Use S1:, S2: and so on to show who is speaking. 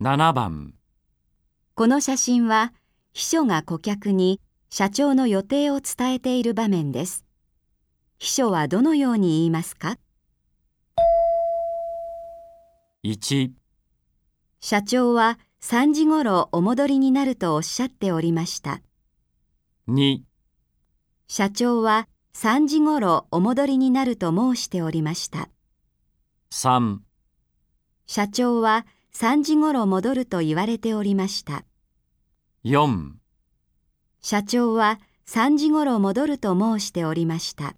S1: 7番、
S2: この写真は秘書が顧客に社長の予定を伝えている場面です。秘書はどのように言いますか
S1: 1、
S2: 社長は3時ごろお戻りになるとおっしゃっておりました。
S1: 2、
S2: 社長は3時ごろお戻りになると申しておりました。
S1: 3、
S2: 社長は3時ごろ戻ると言われておりました。
S1: 4
S2: 社長は3時ごろ戻ると申しておりました。